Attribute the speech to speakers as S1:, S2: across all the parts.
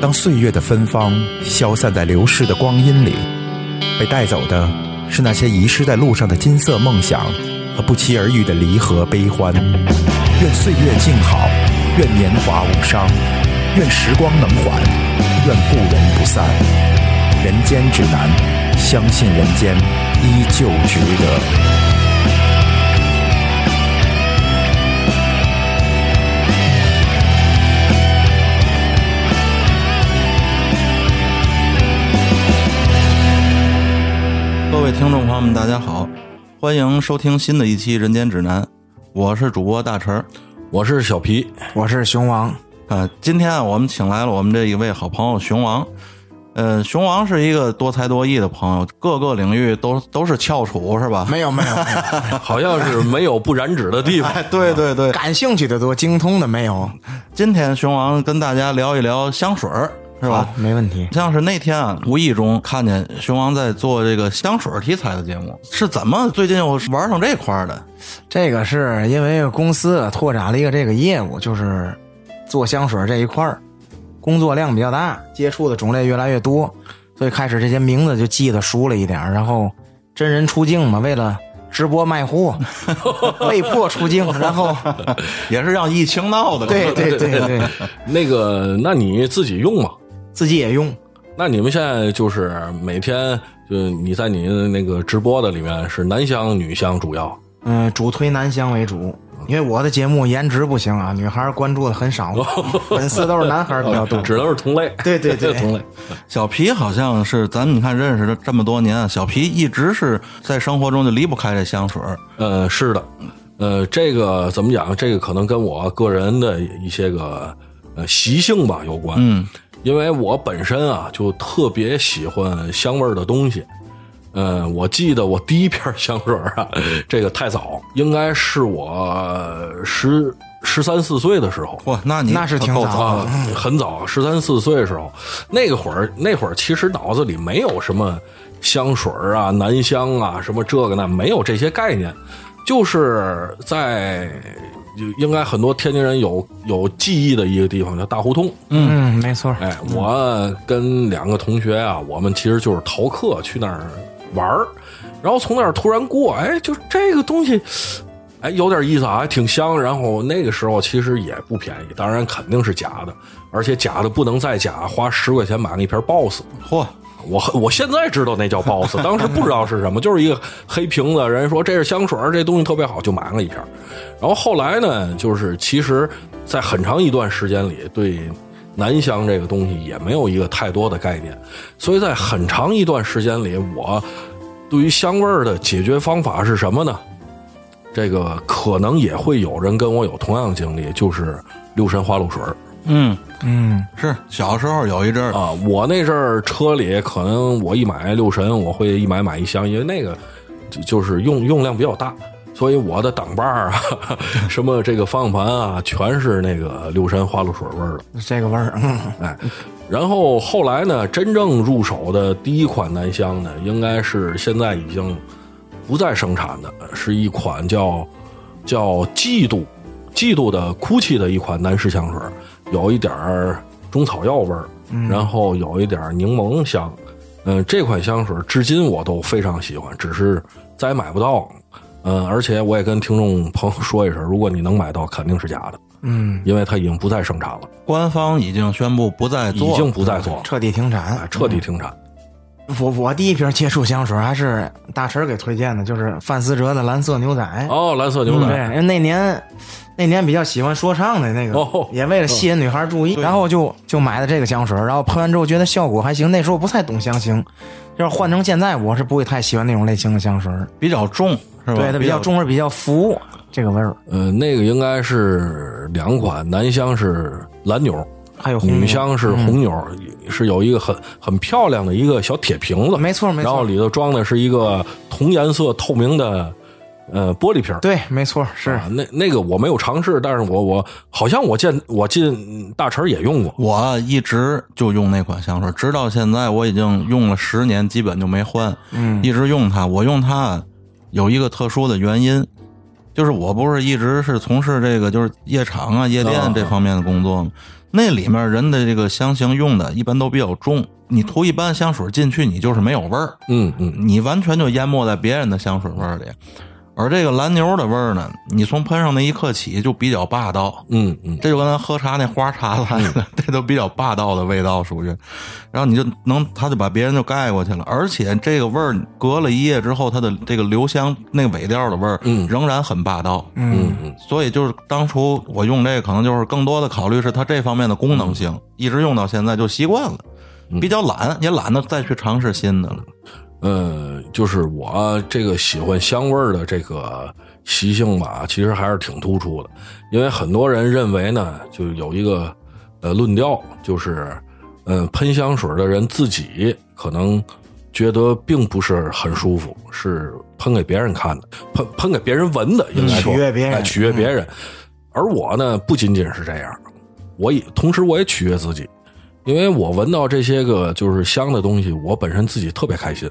S1: 当岁月的芬芳消散在流逝的光阴里，被带走的是那些遗失在路上的金色梦想和不期而遇的离合悲欢。愿岁月静好，愿年华无伤，愿时光能缓，愿故人不散。人间指南，相信人间依旧值得。
S2: 各位听众朋友们，大家好，欢迎收听新的一期《人间指南》，我是主播大陈儿。
S3: 我是小皮，
S4: 我是熊王，
S2: 啊，今天啊，我们请来了我们这一位好朋友熊王。呃，熊王是一个多才多艺的朋友，各个领域都都是翘楚，是吧？
S4: 没有没有，没有
S3: 好像是没有不染指的地 方。
S2: 哎，对对对。
S4: 感兴趣的多，精通的没有，
S2: 今天熊王跟大家聊一聊香水儿，是吧？
S4: 没问题。
S2: 像是那天啊，无意中看见熊王在做这个香水题材的节目，是怎么最近又玩上这块儿的？
S4: 这个是因为公司啊拓展了一个这个业务，就是做香水这一块儿，工作量比较大，接触的种类越来越多，所以开始这些名字就记得熟了一点儿。然后真人出镜嘛，为了直播卖货，被迫出镜。然后，
S2: 也是让疫情闹的。
S4: 对对对对，
S3: 那个，那你自己用嘛？
S4: 自己也用。
S3: 那你们现在就是每天就你在你那个直播的里面是男香女香主要，
S4: 嗯，主推男香为主，因为我的节目颜值不行啊，女孩儿关注的很少，粉丝都是男孩儿比较多。
S3: 只能是同类。
S4: 对对对
S3: 同类。
S2: 小皮好像是咱们你看认识了这么多年啊，小皮一直是在生活中就离不开这香水儿。
S3: 呃，是的，呃，这个怎么讲？这个可能跟我个人的一些个呃习性吧有关。嗯，因为我本身啊就特别喜欢香味儿的东西。呃，我记得我第一瓶香水儿啊， 这个太早，应该是我十十三四岁的时候。
S2: 哇，那你
S4: 那是挺
S2: 够
S4: 早
S2: 早
S3: 啊，很早，十三四岁的时候，那个会儿，那会儿其实脑子里没有什么香水儿啊、男香啊、什么这个那，没有这些概念，就是在就应该很多天津人有有记忆的一个地方叫大胡同。
S4: 嗯，没错儿。
S3: 哎，我跟两个同学啊，我们其实就是逃课去那儿玩儿，然后从那儿突然过，哎，就这个东西，哎，有点意思啊，还挺香。然后那个时候其实也不便宜，当然肯定是假的，而且假的不能再假，花十块钱买那瓶 BOSS。
S2: 嚯，
S3: 我我现在知道那叫 BOSS，当 时不知道是什么，就是一个黑瓶子。人家说这是香水儿，这东西特别好，就买了一瓶儿。然后后来呢，就是其实，在很长一段时间里，对男香这个东西也没有一个太多的概念，所以在很长一段时间里，我对于香味儿的解决方法是什么呢？这个可能也会有人跟我有同样的经历，就是六神花露水儿。
S2: 嗯，
S4: 嗯，
S2: 是小时候有一阵儿，
S3: 啊，我那阵儿车里可能我一买六神，我会一买买一箱，因为那个就就是用用量比较大，所以我的挡把儿啊， 什么这个方向盘啊，全是那个六神花露水味儿的。
S4: 这个味儿，嗯
S3: 哎，然后后来呢，真正入手的第一款男香呢，应该是现在已经不再生产的，是一款叫叫嫉妒嫉妒的 GUCCI 的一款男士香水，有一点儿中草药味儿，然后有一点儿柠檬香。嗯，这款香水至今我都非常喜欢，只是再也买不到。嗯，而且我也跟听众朋友说一声，如果你能买到，肯定是假的，
S4: 嗯，
S3: 因为它已经不再生产了，
S2: 官方已经宣布不再做，
S3: 已经不再做了。
S4: 彻底停
S3: 啊
S4: 产，
S3: 彻底停产。
S4: 我我第一瓶接触香水还是大陈儿给推荐的，就是范思哲的蓝色牛仔。 嗯
S3: 哦，蓝色牛
S4: 对，
S3: 仔，
S4: 因为那年那年比较喜欢说唱的那个，
S3: 哦嗯
S4: 也为了吸引女孩注意，然后就就买的这个香水，然后喷完之后觉得效果还行。那时候不太懂香型，要是换成现在，我是不会太喜欢那种类型的香水。
S2: 比较重，是吧？
S4: 对，它比较，重味儿，比较服这个味儿，
S3: 呃，那个应该是两款，男香是蓝牛，
S4: 还有红嗯
S3: 女
S4: 牛
S3: 香是红牛，是有一个很很漂亮的一个小铁瓶子，
S4: 没错没错
S3: 然后里头装的是一个同颜色透明的呃玻璃瓶儿。
S4: 对，没错，是
S3: 啊，那那个我没有尝试，但是我我好像我见我进大陈儿也用过，
S2: 我一直就用那款香水，直到现在我已经用了十年，基本就没换，嗯，一直用它。我用它有一个特殊的原因，就是我不是一直是从事这个就是夜场啊、夜店这方面的工作吗？那里面人的这个香型用的一般都比较重，你涂一般香水进去，你就是没有味儿，
S3: 嗯嗯，
S2: 你完全就淹没在别人的香水味儿里。而这个蓝牛的味儿呢，你从喷上那一刻起就比较霸道，
S3: 嗯嗯，
S2: 这就跟咱喝茶那花茶来的， 这都比较霸道的味道属于。然后你就能，他就把别人就盖过去了，而且这个味儿隔了一夜之后，它的这个留香那尾调的味儿，
S3: 嗯
S2: 仍然很霸道，
S4: 嗯，
S2: 所以就是当初我用这个，可能就是更多的考虑是它这方面的功能性，
S3: 嗯
S2: 一直用到现在就习惯了，比较懒，也懒得再去尝试新的了。
S3: 呃，就是我这个喜欢香味儿的这个习性吧，其实还是挺突出的，因为很多人认为呢，就有一个呃论调，就是嗯、呃喷香水的人自己可能觉得并不是很舒服，是喷给别人看的，喷喷给别人闻的，应该说
S4: 取悦别人嗯
S3: 哎取悦别人。而我呢，不仅仅是这样，我也同时我也取悦自己，因为我闻到这些个就是香的东西，我本身自己特别开心，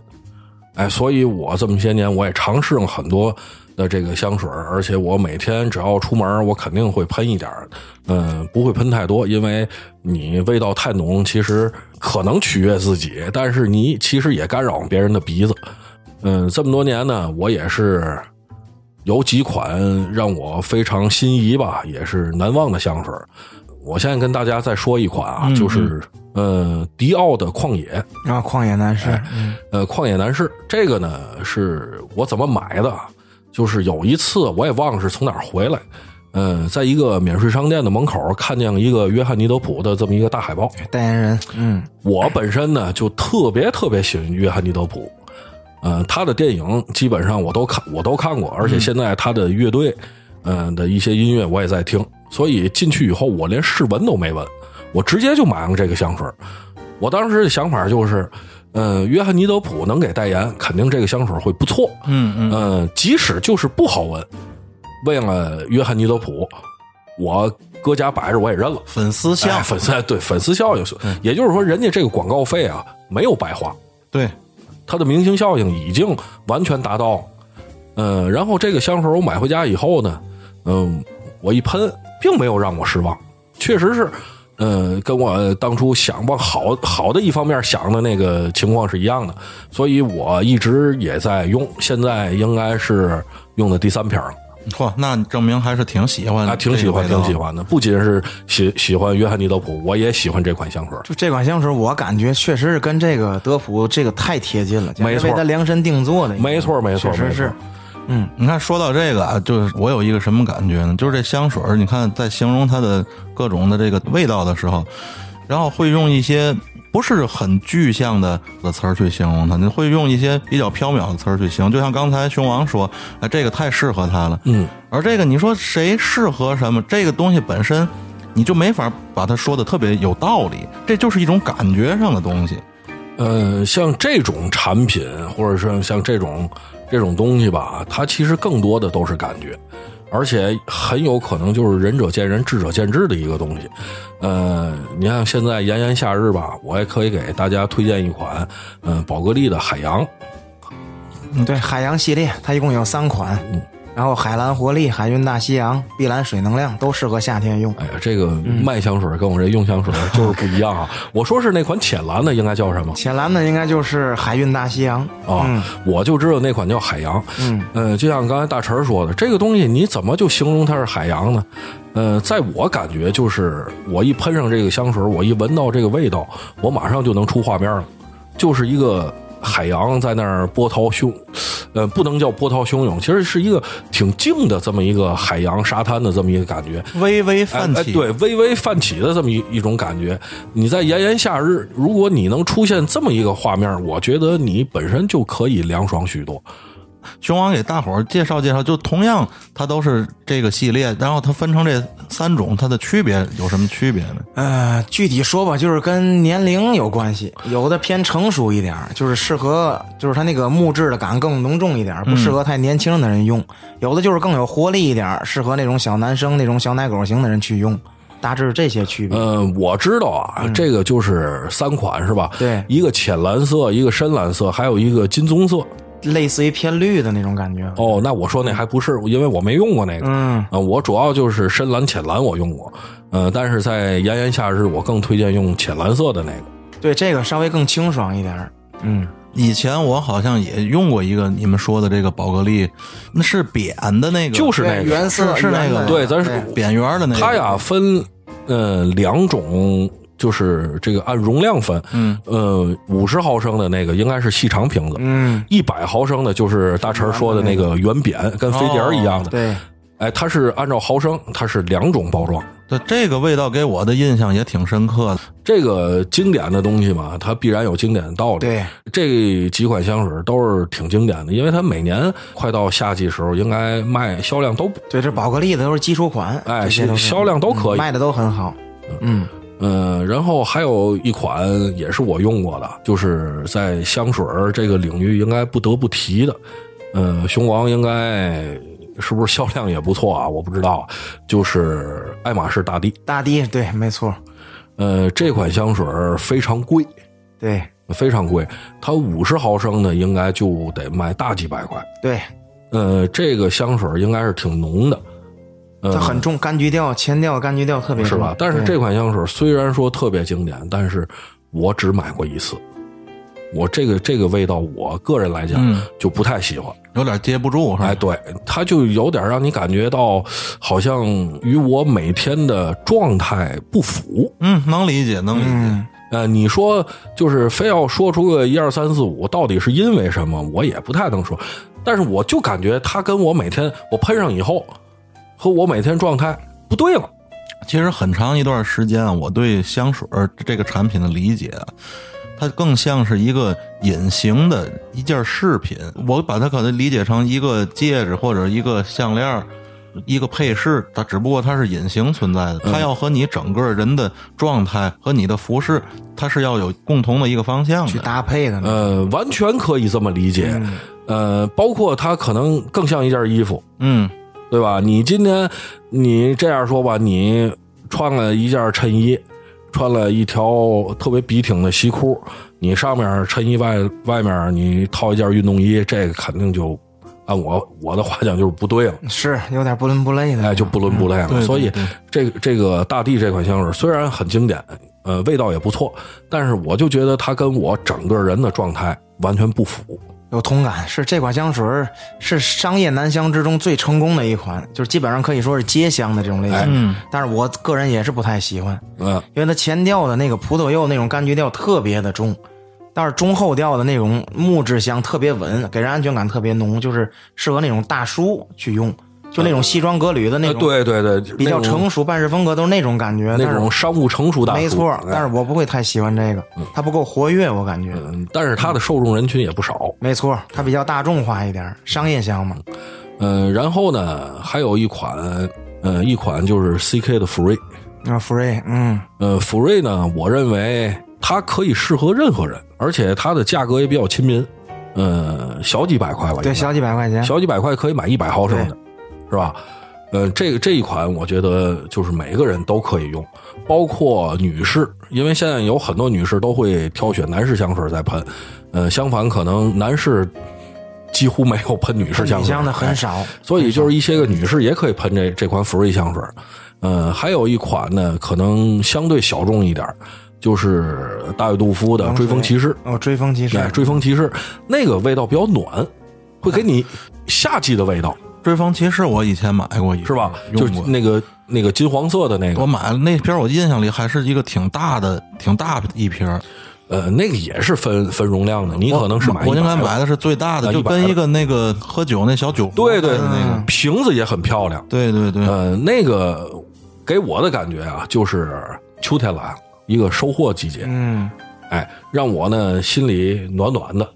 S3: 哎，所以我这么些年我也尝试了很多的这个香水儿，而且我每天只要出门儿，我肯定会喷一点儿，嗯，不会喷太多，因为你味道太浓，其实可能取悦自己，但是你其实也干扰别人的鼻子。嗯，这么多年呢，我也是有几款让我非常心仪吧，也是难忘的香水儿。我现在跟大家再说一款啊，就是呃，迪奥的旷野，
S4: 然后旷野男士，嗯
S3: 呃，旷野男士这个呢是我怎么买的？啊就是有一次我也忘了是从哪儿回来，呃，在一个免税商店的门口看见了一个约翰尼德普的这么一个大海报。
S4: 代言人，嗯，
S3: 我本身呢就特别特别喜欢约翰尼德普，呃，他的电影基本上我都看我都看过，而且现在他的乐队，嗯、的一些音乐我也在听，所以进去以后我连试闻都没闻，我直接就买了这个香水儿。我当时的想法就是，呃，约翰尼德普能给代言，肯定这个香水会不错。
S2: 嗯嗯，
S3: 嗯，即使就是不好闻，为了约翰尼德普，我搁家摆着我也认了。
S2: 粉丝
S3: 哎
S2: 像，
S3: 粉丝对粉丝效应是，
S2: 嗯
S3: 也就是说，人家这个广告费啊没有白花，
S2: 对，
S3: 它的明星效应已经完全达到了。嗯，然后这个香水我买回家以后呢，嗯，我一喷，并没有让我失望，确实是，嗯，跟我当初想往好好的一方面想的那个情况是一样的，所以我一直也在用，现在应该是用的第三瓶了。
S2: 嚯，那证明还是挺喜欢，
S3: 啊，挺喜欢，
S2: 嗯这个
S3: 挺
S2: 味道
S3: 喜。欢的。不仅是喜喜欢约翰尼德普，我也喜欢这款香水。
S4: 就这款香水，我感觉确实是跟这个德普这个太贴近了，
S3: 没错
S4: 简直为他量身定做的，
S3: 没错，没错，
S4: 确
S3: 没
S4: 实
S3: 错
S4: 是，
S2: 你看，说到这个啊，就是我有一个什么感觉呢？就是这香水儿，你看在形容它的各种的这个味道的时候，然后会用一些不是很具象的的词儿去形容它，你会用一些比较缥缈的词儿去形容。就像刚才熊王说，啊，这个太适合他了。
S3: 嗯，
S2: 而这个你说谁适合什么？这个东西本身你就没法把它说的特别有道理，这就是一种感觉上的东西。
S3: 呃，像这种产品，或者是像这种这种东西吧，它其实更多的都是感觉，而且很有可能就是仁者见仁，智者见智的一个东西。呃，你看现在炎炎夏日吧，我也可以给大家推荐一款，嗯、宝格丽的海洋，
S4: 嗯，对，海洋系列它一共有三款，
S3: 嗯
S4: 然后海蓝活力、海韵大西洋、碧蓝水能量都适合夏天用。
S3: 哎呀，这个卖香水跟我这用香水 就是不一样啊！我说是那款浅蓝的，应该叫什么？
S4: 浅蓝的应该就是海韵大西洋，
S3: 啊、我就知道那款叫海洋。
S4: 嗯，
S3: 呃，就像刚才大陈儿说的，这个东西你怎么就形容它是海洋呢？呃，在我感觉就是，我一喷上这个香水，我一闻到这个味道，我马上就能出画面了，就是一个海洋在那儿波涛汹，呃，不能叫波涛汹涌，其实是一个挺静的这么一个海洋沙滩的这么一个感觉。
S2: 微微
S3: 哎
S2: 泛
S3: 哎
S2: 起，
S3: 对，微微泛起的这么一一种感觉。你在炎炎夏日，如果你能出现这么一个画面，我觉得你本身就可以凉爽许多。
S2: 熊王给大伙儿介绍介绍，就同样它都是这个系列，然后它分成这三种，它的区别有什么区别呢？
S4: 呃，具体说吧，就是跟年龄有关系，有的偏成熟一点儿，就是适合，就是它那个木质的感更浓重一点儿，不适合太年轻的人用；有的就是更有活力一点儿，适合那种小男生、那种小奶狗型的人去用。大致是这些区别。
S3: 呃，我知道啊，这个就是三款是吧？
S4: 对
S3: 一个浅蓝色，一个深蓝色，还有一个金棕色。
S4: 类似于偏绿的那种感觉。
S3: 哦，那我说那还不是，因为我没用过那个。
S4: 嗯，
S3: 呃，我主要就是深蓝、浅蓝我用过，呃，但是在炎炎夏日，我更推荐用浅蓝色的那个。
S4: 对，这个稍微更清爽一点儿。嗯，
S2: 以前我好像也用过一个你们说的这个宝格丽，那是扁的那个，
S3: 就是那
S4: 对
S3: 个
S4: 原色
S2: 是是那
S4: 原
S2: 个
S4: 的
S3: 对咱是
S2: 扁圆的那个。
S3: 它呀分呃两种，就是这个按容量分，
S2: 嗯，
S3: 呃，五十毫升的那个应该是细长瓶子，
S4: 嗯，
S3: 一百毫升的就是大陈说的那个圆扁，跟飞碟儿一样的。，
S4: 对，
S3: 哎，它是按照毫升，它是两种包装。
S2: 对这个味道给我的印象也挺深刻的。
S3: 这个经典的东西嘛，它必然有经典的道理。
S4: 对，
S3: 这几款香水都是挺经典的，因为它每年快到夏季时候，应该卖销量都不
S4: 对，这宝格丽的都是基础款，
S3: 哎
S4: 这些都是
S3: 销量都可以
S4: 嗯卖的都很好。嗯，
S3: 呃，然后还有一款也是我用过的，就是在香水儿这个领域应该不得不提的，呃，熊王应该是不是销量也不错啊？我不知道，就是爱马仕大地，
S4: 大地对，没错，
S3: 呃，这款香水儿非常贵，
S4: 对
S3: 非常贵，它五十毫升的应该就得卖大几百块，
S4: 对，
S3: 呃，这个香水儿应该是挺浓的，
S4: 它很重，柑橘调、前调、柑橘调特别
S3: 是
S4: 重
S3: 吧？但是
S4: 对
S3: 这款香水虽然说特别经典，但是我只买过一次。我这个这个味道，我个人来讲、
S2: 嗯
S3: 就不太喜欢。
S2: 有点接不住，是吧？
S3: 哎，对，它就有点让你感觉到好像与我每天的状态不符。
S2: 嗯，能理解，能理解。
S4: 嗯，
S3: 呃，你说就是非要说出个一二三四五，到底是因为什么，我也不太能说。但是我就感觉它跟我每天我喷上以后，和我每天状态不对了。
S2: 其实很长一段时间啊，我对香水儿这个产品的理解啊，它更像是一个隐形的一件饰品。我把它可能理解成一个戒指或者一个项链儿。一个配饰，它只不过它是隐形存在的，它要和你整个人的状态和你的服饰，它是要有共同的一个方向
S4: 去
S2: 的。
S4: 搭配的呢。
S3: 呃，完全可以这么理解。呃，包括它可能更像一件衣服，
S2: 嗯，
S3: 对吧？你今天你这样说吧，你穿了一件衬衣，穿了一条特别笔挺的西裤，你上面衬衣外外面你套一件运动衣，这个肯定就按我我的话讲就是不对了。
S4: 是有点不伦不类的，
S3: 嗯哎，就不伦不类了。
S2: 对对
S3: 所以
S2: 对
S3: 这个这个大地这款香水虽然很经典，呃，味道也不错，但是我就觉得它跟我整个人的状态完全不符。
S4: 有同感。是这款香水儿是商业男香之中最成功的一款，就是基本上可以说是街香的这种类
S3: 哎
S4: 型。
S2: 嗯，
S4: 但是我个人也是不太喜欢，
S3: 嗯、
S4: 因为它前调的那个葡萄柚那种柑橘调特别的重，但是中后调的那种木质香特别稳，给人安全感特别浓，就是适合那种大叔去用，就那种西装革履的那
S3: 呃，
S4: 种，
S3: 对对对，
S4: 比较
S3: 那种
S4: 成熟办事风格都是那种感觉。
S3: 那种商务成熟大
S4: 但
S3: 叔，
S4: 是没错，
S3: 哎
S4: 但是我不会太喜欢这个，它不够活跃，我感觉。
S3: 嗯，但是它的受众人群也不少。
S4: 没错，它比较大众化一点儿，商业香嘛。
S3: 嗯、然后呢，还有一款，呃，一款就是 CK 的福瑞，
S4: 啊，free，嗯，
S3: 呃，福瑞呢，我认为它可以适合任何人，而且它的价格也比较亲民，呃，小几百块吧，应
S4: 对，
S3: 该
S4: 小几百块钱，
S3: 小几百块可以买一百毫升的，是吧？呃，这个这一款我觉得就是每个人都可以用，包括女士，因为现在有很多女士都会挑选男士香水在喷，呃，相反可能男士几乎没有喷女士香
S4: 女
S3: 水，
S4: 香的很
S3: 哎
S4: 少。
S3: 所以就是一些个女士也可以喷这这款福瑞香水。呃，还有一款呢，可能相对小众一点儿，就是大卫杜夫的《追风骑士》。
S4: 哦，追风骑士
S3: 哎，，追风骑士那个味道比较暖，会给你夏季的味道，
S2: 追风骑士我以前买过一个，
S3: 是吧？就
S2: 嗯用过。
S3: 那个那个金黄色的那
S2: 我
S3: 个，
S2: 买了那瓶儿，我印象里还是一个挺大的、挺大的一瓶儿。
S3: 呃，那个也是分分容量的，你可能是买
S2: 我应该
S3: 100
S2: 买的是最大的，
S3: 啊
S2: 就
S3: 100
S2: 跟一个那个喝酒那小酒壶
S3: 对对
S2: 似的那个，
S3: 瓶子也很漂亮，
S2: 对对对，
S3: 呃，那个给我的感觉啊，就是秋天来了，一个收获季节，
S4: 嗯，
S3: 哎，让我呢心里暖暖的。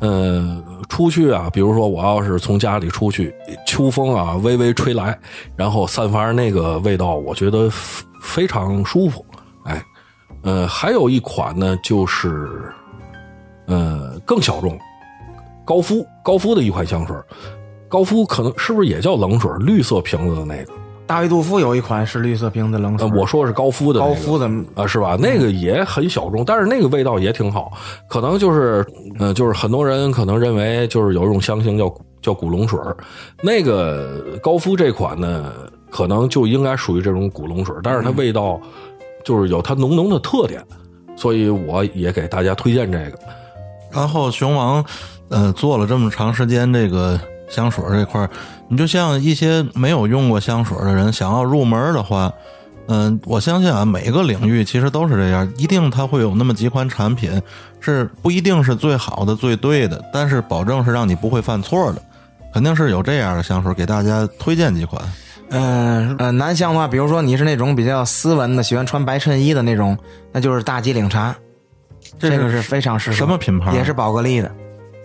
S3: 嗯，出去啊，比如说我要是从家里出去，秋风啊微微吹来，然后散发着那个味道，我觉得非非常舒服。哎，呃，还有一款呢，就是呃更小众，高夫高夫的一款香水儿，高夫可能是不是也叫冷水儿？绿色瓶子的那个，
S4: 大卫杜夫有一款是绿色瓶子冷
S3: 呃
S4: 水，，
S3: 我说是高夫的那
S4: 高
S3: 个、
S4: 夫的
S3: 啊，是吧？那个也很小众，但是那个味道也挺好。可能就是，呃，就是很多人可能认为，就是有一种香型叫古叫古龙水儿，那个高夫这款呢，可能就应该属于这种古龙水儿，但是
S4: 嗯
S3: 它味道就是有它浓浓的特点，所以我也给大家推荐这个。
S2: 然后熊王，呃，做了这么长时间这个香水这块儿，你就像一些没有用过香水的人，想要入门的话，嗯、我相信啊，每个领域其实都是这样，一定它会有那么几款产品是不一定是最好的、最对的，但是保证是让你不会犯错的，肯定是有这样的香水，给大家推荐几款。
S4: 嗯呃，男香的话，比如说你是那种比较斯文的，喜欢穿白衬衣的那种，那就是大吉岭茶，这个是非常适合。
S2: 什么品牌啊
S4: 也是宝格丽的。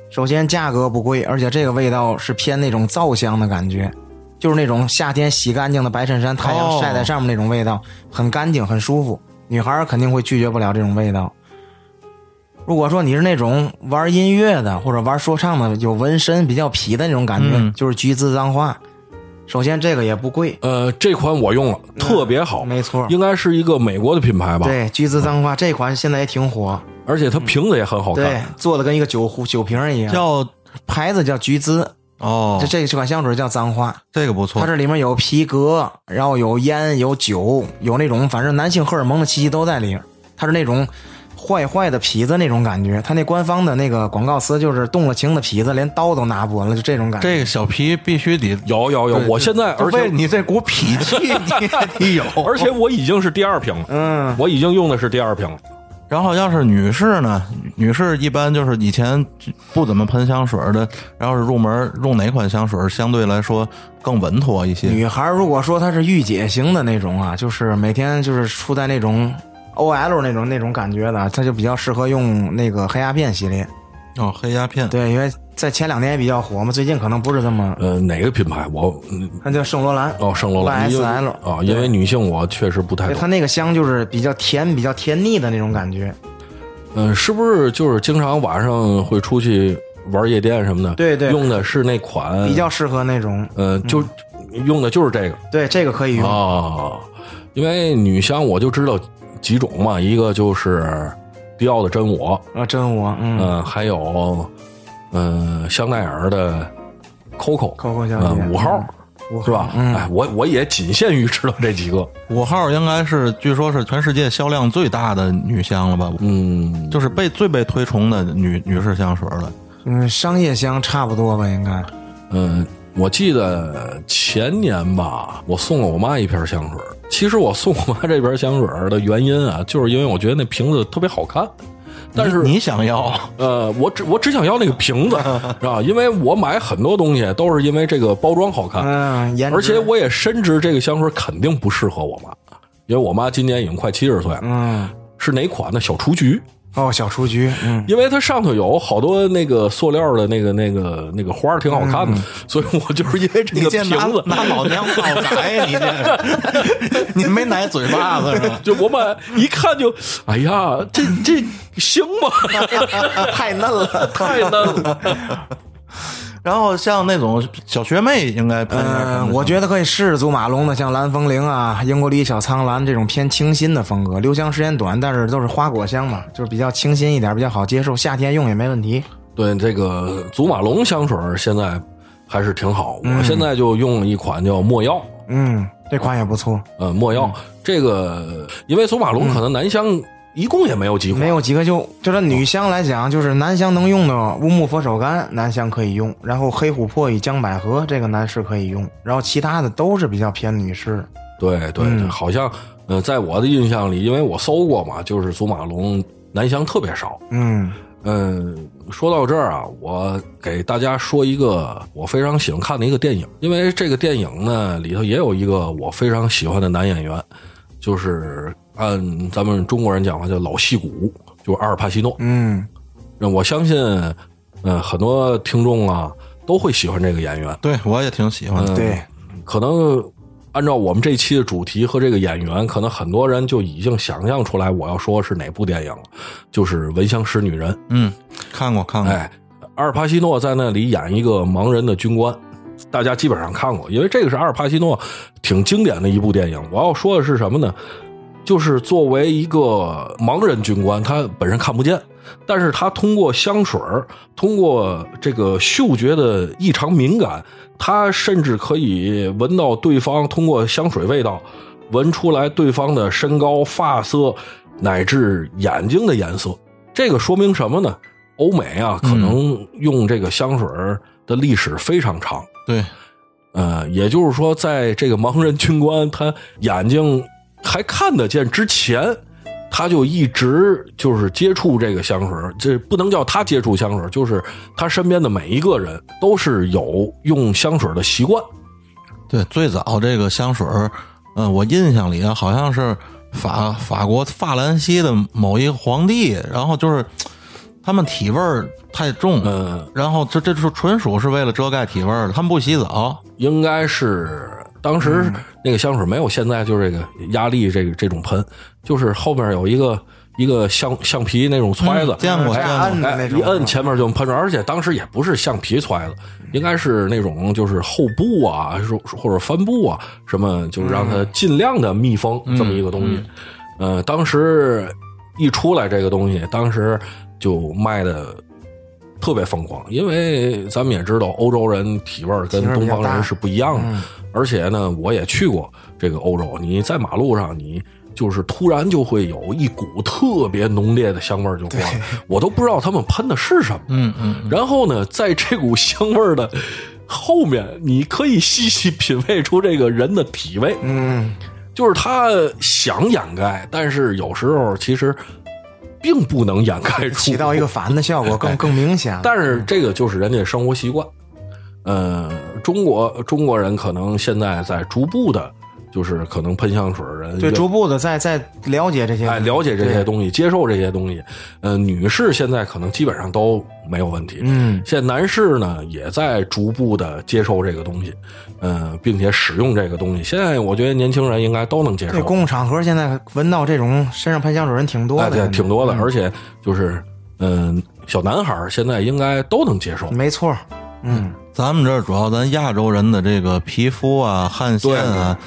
S4: 首先价格不贵，而且这个味道是偏那种皂香的感觉，就是那种夏天洗干净的白衬衫，太阳
S2: 哦
S4: 晒在上面那种味道，很干净，很舒服。女孩儿肯定会拒绝不了这种味道。如果说你是那种玩音乐的或者玩说唱的，有纹身比较痞的那种感觉，
S2: 嗯
S4: 就是橘子脏话。首先这个也不贵，
S3: 呃，这款我用了，特别
S2: 哦
S3: 好，
S4: 嗯没错，
S3: 应该是一个美国的品牌吧，
S4: 对橘子脏话这款现在也挺火，
S3: 而且它瓶子也很好
S4: 对
S3: 看。，
S4: 做的跟一个酒壶酒瓶儿一样，
S2: 叫
S4: 牌子叫橘子，
S2: 哦
S4: 这，这这款香水叫脏话，
S2: 这个不错
S4: 它，这里面有皮革，然后有烟，有酒，有那种反正男性荷尔蒙的气息都在里面。它是那种坏坏的痞子那种感觉，它那官方的那个广告词就是动了情的痞子，连刀都拿不稳了，就这种感觉。
S2: 这个小皮必须得。
S3: 有有有，我现在而且
S2: 为你这股脾气，你也得有。
S3: 而且我已经是第二瓶了，
S4: 哦嗯，
S3: 我已经用的是第二瓶了。
S2: 然后要是女士呢，女士一般就是以前不怎么喷香水的，然后是入门用哪款香水相对来说更稳妥一些？
S4: 女孩如果说她是御姐型的那种啊，就是每天就是处在那种 OL 那种那种感觉的，啊她就比较适合用那个黑鸦片系列。
S2: 哦，黑鸦片，
S4: 对，因为在前两年也比较火嘛，最近可能不是这么，
S3: 呃，哪个品牌？我嗯
S4: 那叫圣罗兰。
S3: 哦，圣罗兰
S4: YSL
S3: 因为啊，因为女性我确实不太
S4: 哎对它
S3: 懂。
S4: 那个香就是比较甜、比较甜腻的那种感觉。
S3: 嗯，是不是就是经常晚上会出去玩夜店什么的？
S4: 对对
S3: 用的是那款
S4: 比较嗯适合那种。
S3: 呃，就用的就是这个
S4: 对，这个可以用。
S3: 啊。因为女香我就知道几种嘛，一个就是迪奥的真我，
S4: 啊，真我，嗯
S3: 嗯，还有嗯香奈儿的 COCO，
S4: ，Coco 小姐
S3: 嗯，，五号
S4: 嗯，五号
S3: 是吧？
S4: 嗯，
S3: 哎，我我也仅限于知道这几个。
S2: 五号应该是据说是全世界销量最大的女香了吧？
S3: 嗯，
S2: 就是被最被推崇的女女士香水了。
S4: 嗯，商业香差不多吧，应该。
S3: 嗯，我记得前年吧，我送了我妈一瓶香水儿。其实我送我妈这瓶香水儿的原因啊，就是因为我觉得那瓶子特别好看，但
S4: 嗯
S3: 是
S2: 你想要
S3: 呃，我只我只想要那个瓶 子，是吧？因为我买很多东西都是因为这个包装好看，
S4: 嗯，颜值
S3: 而且我也深知这个香水儿肯定不适合我妈，因为我妈今年已经快七十岁了。
S4: 嗯，
S3: 是哪款呢？小雏菊，
S4: 哦，小雏菊，嗯，
S3: 因为它上头有好多那个塑料的那个、那个、那个花儿挺好看
S4: 嗯
S3: 的，所以我就是因为这个瓶子，
S2: 拿老娘泡奶呀？你这你没奶嘴巴子是吧？
S3: 就我们一看就，哎呀，这这行吗？
S4: 太嫩了。
S3: 太嫩 了。
S2: 然后像那种小学妹应该喷一下
S4: 嗯，我觉得可以试试祖马龙的，像蓝风铃啊、英国绿小苍兰这种偏清新的风格。留香时间短，但是都是花果香嘛，就是比较清新一点，比较好接受，夏天用也没问题。
S3: 对，这个祖马龙香水儿现在还是挺好，我现在就用了一款叫墨药，
S4: 嗯，这款也不错，
S3: 呃，墨药、
S4: 嗯
S3: 这个，因为祖马龙可能南香一共也没有几款，
S4: 没有几个就就是女香来讲，就是男香能用的乌木佛手柑，男香可以用，然后黑琥珀与江百合这个男士可以用，然后其他的都是比较偏女士。
S3: 对对对，
S4: 嗯
S3: 好像呃，在我的印象里，因为我搜过嘛，就是祖马龙南香特别少。
S4: 嗯
S3: 嗯，说到这儿啊，我给大家说一个我非常喜欢看的一个电影，因为这个电影呢里头也有一个我非常喜欢的男演员，就是按咱们中国人讲话叫老戏骨，就是阿尔帕西诺。
S4: 嗯，
S3: 那我相信，嗯，很多听众啊都会喜欢这个演员。
S2: 对我也挺喜欢的。
S4: 嗯对，
S3: 可能按照我们这期的主题和这个演员，可能很多人就已经想象出来我要说是哪部电影了，就是《闻香识女人》。
S2: 嗯，看过看过。
S3: 哎，阿尔帕西诺在那里演一个盲人的军官，大家基本上看过，因为这个是阿尔帕西诺挺经典的一部电影。我要说的是什么呢？就是作为一个盲人军官，他本身看不见，但是他通过香水儿通过这个嗅觉的异常敏感，他甚至可以闻到对方通过香水味道闻出来对方的身高、发色，乃至眼睛的颜色。这个说明什么呢？欧美啊，可能用这个香水儿的历史非常长。
S2: 对，
S3: 呃，也就是说，在这个盲人军官他眼睛还看得见之前，他就一直就是接触这个香水儿，这不能叫他接触香水儿，就是他身边的每一个人都是有用香水儿的习惯。
S2: 对，最早这个香水儿，嗯、我印象里啊，好像是法法国法兰西的某一个皇帝，然后就是他们体味儿太重，
S3: 嗯，
S2: 然后这这就纯属是为了遮盖体味儿的，他们不洗澡，
S3: 应该是当时
S2: 嗯
S3: 那个香水没有现在就是这个压力这个这种喷，就是后面有一个一个橡橡皮那种揣子，
S2: 嗯见过
S4: 这
S2: 见
S4: 样
S2: 过，
S4: 摁的
S3: 哎
S4: 那，种，
S3: 一摁前面就喷出来，而且当时也不是橡皮揣子，应该是那种就是厚布啊，是或者帆布啊，什么就是让
S2: 嗯
S3: 它尽量的密封、这么一个东西。呃，当时一出来这个东西，当时就卖的特别疯狂，因为咱们也知道欧洲人体味儿跟
S4: 体味儿比
S3: 东
S4: 较
S3: 方
S4: 大
S3: 人是不一样的，
S4: 嗯
S3: 而且呢，我也去过这个欧洲，你在马路上你。就是突然就会有一股特别浓烈的香味儿就过来，我都不知道他们喷的是什么。
S2: 嗯嗯，
S3: 然后呢，在这股香味儿的后面，你可以细细品味出这个人的体味。
S4: 嗯，
S3: 就是他想掩盖，但是有时候其实并不能掩盖住，
S4: 起到一个反的效果更更明 显了。
S3: 但是这个就是人家生活习惯。呃，中国中国人可能现在在逐步的，就是可能喷香水儿人
S4: 对
S3: 越
S4: 逐步的在在了解这些，
S3: 哎了解这些东西，接受这些东西。呃，女士现在可能基本上都没有问题。
S4: 嗯，
S3: 现在男士呢也在逐步的接受这个东西，嗯、并且使用这个东西。现在我觉得年轻人应该都能接受
S4: 对，，公共场合现在闻到这种身上喷香水人挺多
S3: 哎，
S4: 的，
S3: 对，挺多
S4: 嗯
S3: 的，而且就是嗯、小男孩儿现在应该都能接受。
S4: 没错，嗯，
S2: 咱们这儿主要咱亚洲人的这个皮肤啊、汗腺啊，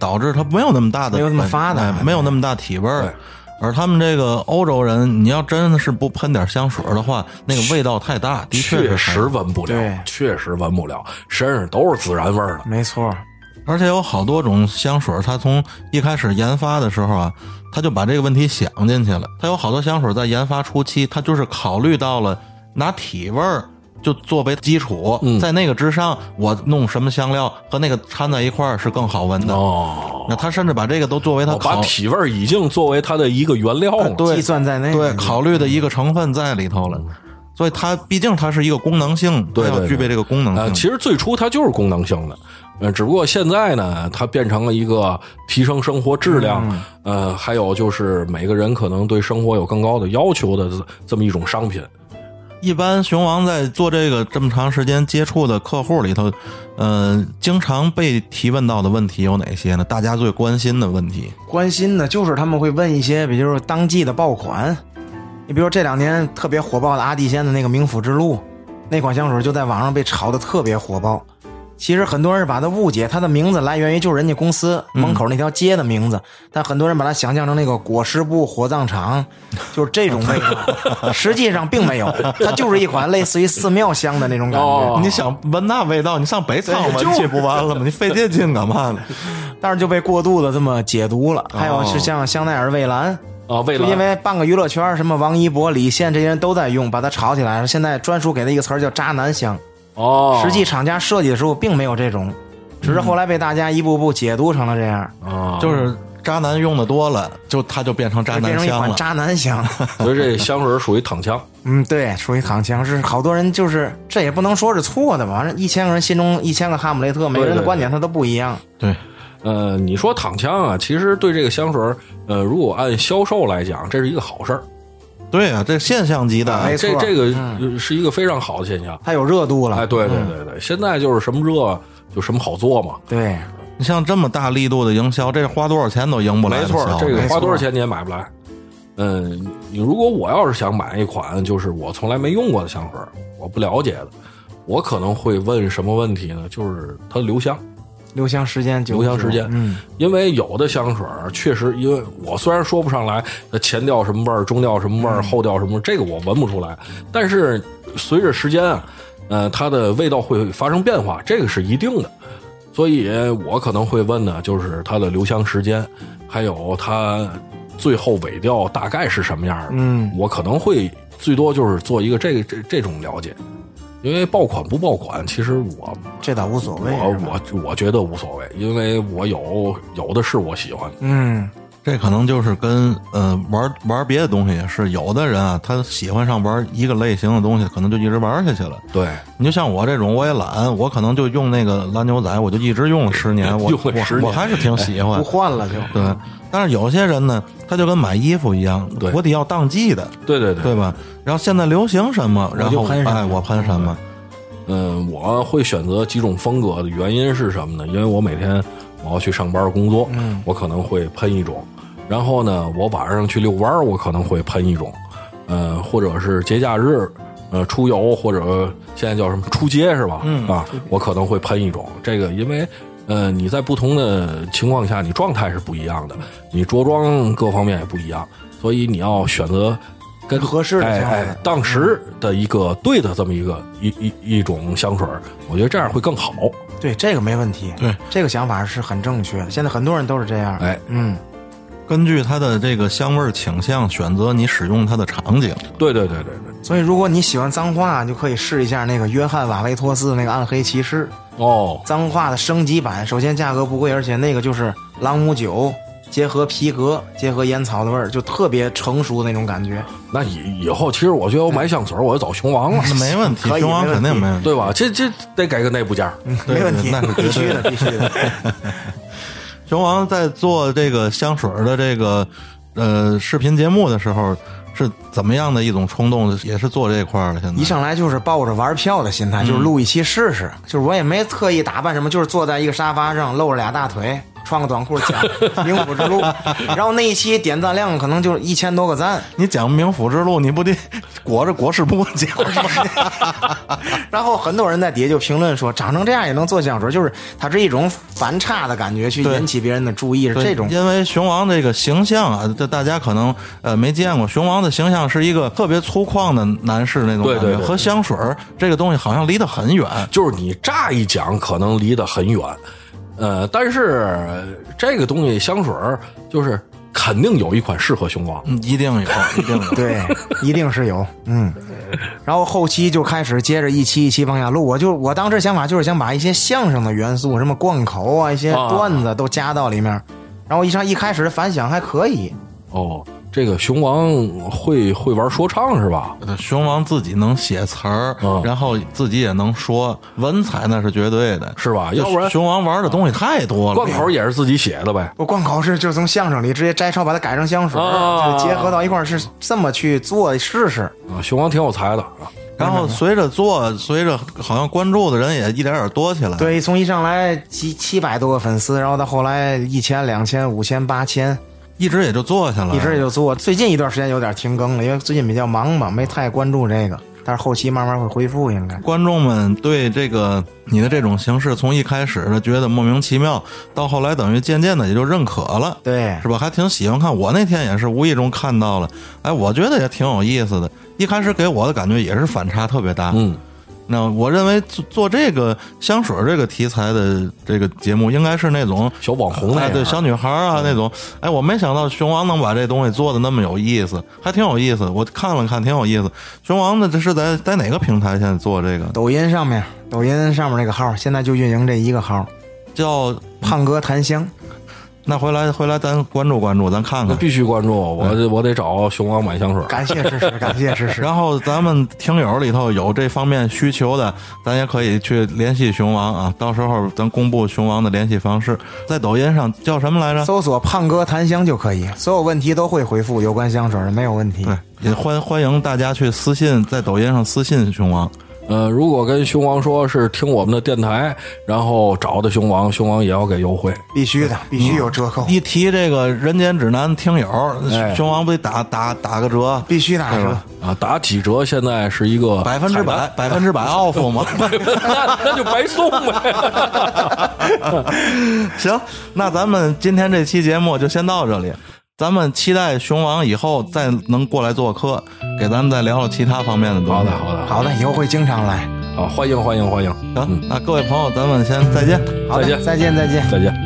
S2: 导致它没有那么大的
S4: 没有那么发达
S2: 哎没有那么大体味
S3: 对
S2: 儿。而他们这个欧洲人，你要真的是不喷点香水的话，那个味道太大，的确是
S3: 确实闻不
S4: 对
S3: 了，确实闻不了，身上都是孜然味儿的。
S4: 没错，
S2: 而且有好多种香水，它从一开始研发的时候啊，它就把这个问题想进去了。它有好多香水在研发初期，它就是考虑到了拿体味儿就作为基础，
S3: 嗯
S2: 在那个之上，我弄什么香料和那个掺在一块儿是更好闻的。
S3: 哦，
S2: 那他甚至把这个都作为他
S3: 我把
S2: 考
S3: 体味儿已经作为它的一个原料了。
S4: 计算在内，嗯
S2: 对
S3: 嗯
S2: 考虑的一个成分在里头了。所以它毕竟它是一个功能性，
S3: 对
S2: 它要
S3: 对
S2: 具备这个功能
S3: 呃，
S2: 性。
S3: 其实最初它就是功能性的，呃，只不过现在呢，它变成了一个提升生活质量，呃，还有就是每个人可能对生活有更高的要求的这这么一种商品。
S2: 一般熊王在做这个这么长时间接触的客户里头，呃，经常被提问到的问题有哪些呢？大家最关心的问题，
S4: 关心的就是他们会问一些，比如说当季的爆款，你比如说这两年特别火爆的阿蒂仙的那个冥府之路，那款香水就在网上被炒得特别火爆。其实很多人把它误解，它的名字来源于就是人家公司门口那条街的名字，但很多人把它想象成那个裹尸布火葬场，就是这种味道，实际上并没有，它就是一款类似于寺庙香的那种感觉。
S3: 哦
S2: 你想闻那味道，你上北仓闻去不完了吗？你费这劲干嘛呢？
S4: 但是就被过度的这么解读了。还有是像香奈儿蔚蓝，
S3: 啊，为
S4: 就
S3: 了
S4: 因为半个娱乐圈，什么王一博、李现这些人都在用，把它炒起来了。现在专属给的一个词儿叫“渣男香”，
S3: 哦，嗯
S4: 实际厂家设计的时候并没有这种，只是后来被大家一步步解读成了这样，
S3: 啊，
S2: 就是渣男用的多了，就它就变成渣
S4: 就变
S2: 男
S4: 成一
S2: 香
S4: 款
S2: 了。
S4: 渣男香。
S3: 所以这香水属于躺枪。
S4: 嗯，对，属于躺枪，是好多人就是这也不能说是错的吧，反正一千个人心中一千个哈姆雷特，每个人的观点他都不一
S3: 哎
S4: 样。
S2: 对，
S3: 呃，你说躺枪啊，其实对这个香水儿，呃，如果按销售来讲，这是一个好事儿，
S2: 对啊，这现象级的，
S4: 没错
S3: 这这个呃是一个非常好的现象。
S4: 它有热度
S3: 哎，
S4: 了，
S3: 对对对对，现在就是什么热就什么好做嘛，
S4: 对，
S2: 你像这么大力度的营销，这花多少钱都赢不来
S3: 啊没
S2: 的
S3: 错
S2: 销，
S3: 这个
S4: 没
S3: 花
S4: 错
S3: 多少钱你也买不来。嗯，你如果我要是想买一款就是我从来没用过的香水儿，我不了解的，我可能会问什么问题呢？就是它留香，
S4: 留香时间久不久，
S3: 留香时间
S4: 嗯，
S3: 因为有的香水儿确实，因为我虽然说不上来呃前调什么味儿、中调什么味儿、后调什么味儿，这个我闻不出来，但是随着时间啊，呃，它的味道会发生变化，这个是一定的。所以呃我可能会问呢，就是它的留香时间，还有它最后尾调大概是什么样的。
S4: 嗯，
S3: 我可能会最多就是做一个这个这这种了解，因为爆款不爆款，其实我
S4: 这倒无所谓。是吧
S3: 我我我觉得无所谓，因为我有有的是我喜欢的。
S4: 嗯，
S2: 这可能就是跟呃玩玩别的东西也是，有的人啊，他喜欢上玩一个类型的东西，可能就一直玩下去了。
S3: 对，
S2: 你就像我这种，我也懒，我可能就用那个蓝牛仔，我就一直用了十年， 我
S3: 用了10年
S2: 我我还是挺喜欢。
S4: 不换了
S3: 哎
S4: 就。
S2: 对，但是有些人呢，他就跟买衣服一样
S3: 对，
S2: 我得要当季的，
S3: 对对对，
S2: 对吧？然后现在流行什么，然
S4: 就
S2: 后
S4: 喷什么
S2: 哎，我喷什么，
S3: 嗯，我会选择几种风格的原因是什么呢？因为我每天我要去上班工作，
S4: 嗯
S3: 我可能会喷一种，然后呢，我晚上去遛弯儿，我可能会喷一种，呃，或者是节假日，呃，出游或者现在叫什么出街是吧？
S2: 嗯
S3: 啊，我可能会喷一种这个，因为。呃，你在不同的情况下，你状态是不一样的，你着装各方面也不一样，所以你要选择跟
S4: 合适的
S3: 哎
S4: 香水
S3: 哎，当时的一个对的这么一个一一一种香水儿，我觉得这样会更好。
S4: 对，这个没问题。
S2: 对，
S4: 这个想法是很正确的。现在很多人都是这样。
S3: 哎，
S4: 嗯，
S2: 根据它的这个香味儿倾向，选择你使用它的场景。
S3: 对对对对对，
S4: 所以如果你喜欢脏话，你就可以试一下那个约翰·瓦维托斯那个《暗黑骑士》
S3: 哦，
S4: 脏话的升级版。首先价格不贵，而且那个就是朗姆酒结合皮革、结合烟草的味儿，就特别成熟那种感觉。
S3: 那以以后其实我觉得我买香水儿我就找熊王了，
S2: 那嗯没问题
S4: 可，以
S2: 熊王
S4: 没问
S2: 肯
S4: 题嗯
S2: 定没问题。
S3: 对吧？这这得给个内部价儿，
S2: 对
S4: 没问题
S2: 那是，
S4: 必须的，必须的。
S2: 熊王在做这个香水儿的这个呃视频节目的时候，是怎么样的一种冲动？也是做这块儿的。现在
S4: 一上来就是抱着玩票的心态，就是录一期试试。
S2: 嗯
S4: 就是我也没特意打扮什么，就是坐在一个沙发上，露着俩大腿，穿个短裤讲 灵府之路。然后那一期点赞量可能就一千多个赞，
S2: 你讲冥府之路，你不得 裹着国事部讲 吗？
S4: 然后很多人在底下就评论说，长成这样也能做香水，就是它是一种反差的感觉，去
S2: 对
S4: 引起别人的注意，是
S2: 对
S4: 这种。
S2: 因为熊王这个形象啊，这大家可能呃没见过，熊王的形象是一个特别粗犷的男士那种
S3: 对
S2: 感觉，
S3: 对对
S2: 和香水儿这个东西好像离得很远。
S3: 就是你乍一讲可能离得很远，呃，但是这个东西香水儿就是肯定有一款适合熊王，
S2: 嗯一 定有，一定有。
S4: 对，一定是有，嗯。然后后期就开始接着一期一期往下录，我就我当时想法就是想把一些相声的元素，什么贯口啊，一些
S3: 啊
S4: 段子都加到里面。然后一上一开始的反响还可以，
S3: 哦，这个熊王会会玩说唱是吧？
S2: 熊王自己能写词儿，
S3: 嗯
S2: 然后自己也能说，文采那是绝对的，
S3: 是吧
S2: 就
S3: 要不然
S2: 熊王玩的东西太多了。
S3: 贯口也是自己写的呗。
S4: 我贯口是就从相声里直接摘抄，把它改成香水，
S3: 啊
S4: 就结合到一块儿是这么去做试试。
S3: 啊，熊王挺有才的啊。
S2: 然后随着做，随着好像关注的人也一点点多起来。，
S4: 对，从一上来七七百多个粉丝，然后到后来一千、两千、五千、八千，
S2: 一直也就做下来了。
S4: 一直也就做。最近一段时间有点停更了，因为最近比较忙嘛，没太关注这个。但是后期慢慢会恢复，应该。
S2: 观众们对这个你的这种形式，从一开始的觉得莫名其妙，到后来等于渐渐的也就认可了，
S4: 对
S2: 是吧？还挺喜欢看。我那天也是无意中看到了，哎，我觉得也挺有意思的。一开始给我的感觉也是反差特别大，
S3: 嗯，
S2: 那我认为做做这个香水这个题材的这个节目，应该是那种
S3: 小网红那
S2: 哎
S3: 样
S2: 对小女孩啊
S3: 嗯
S2: 那种。哎，我没想到熊王能把这东西做的那么有意思，还挺有意思。我看了看，挺有意思。熊王呢，这是在在哪个平台现在做这个？
S4: 抖音上面，抖音上面那个号，现在就运营这一个号，
S2: 叫
S4: 胖哥檀香。
S2: 那回来回来咱关注关注，咱看
S3: 那
S2: 看。
S3: 必须关注我，我
S2: 嗯
S3: 得我得找熊王买香水。
S4: 感谢支持，感谢支持。
S2: 然后咱们听友里头有这方面需求的，咱也可以去联系熊王啊。到时候咱公布熊王的联系方式，在抖音上叫什么来着？
S4: 搜索“胖哥檀香”就可以，所有问题都会回复，有关香水的没有问题。
S2: 对，也欢欢迎大家去私信，在抖音上私信熊王。
S3: 呃，如果跟熊王说是听我们的电台，然后找的熊王，熊王也要给优惠。
S4: 必须的，必须有折扣，
S2: 一提这个《人间指南》听友，熊王不得打打打个折？
S4: 必须打
S2: 对
S4: 折
S2: 吧。
S3: 啊，打几折现在是一个
S2: 百分之百，百分之百 off 吗？
S3: 那那就白送 呗。
S2: 行，那咱们今天这期节目就先到这里。咱们期待熊王以后再能过来做客，给咱们再聊聊其他方面的东西。
S3: 好的，好的，
S4: 好的，以后会经常来。
S3: 好，欢迎，欢迎，欢迎，
S2: 行，那各位朋友，咱们先再见。
S4: 好的
S3: 再见
S4: 再见，再见。
S3: 再见。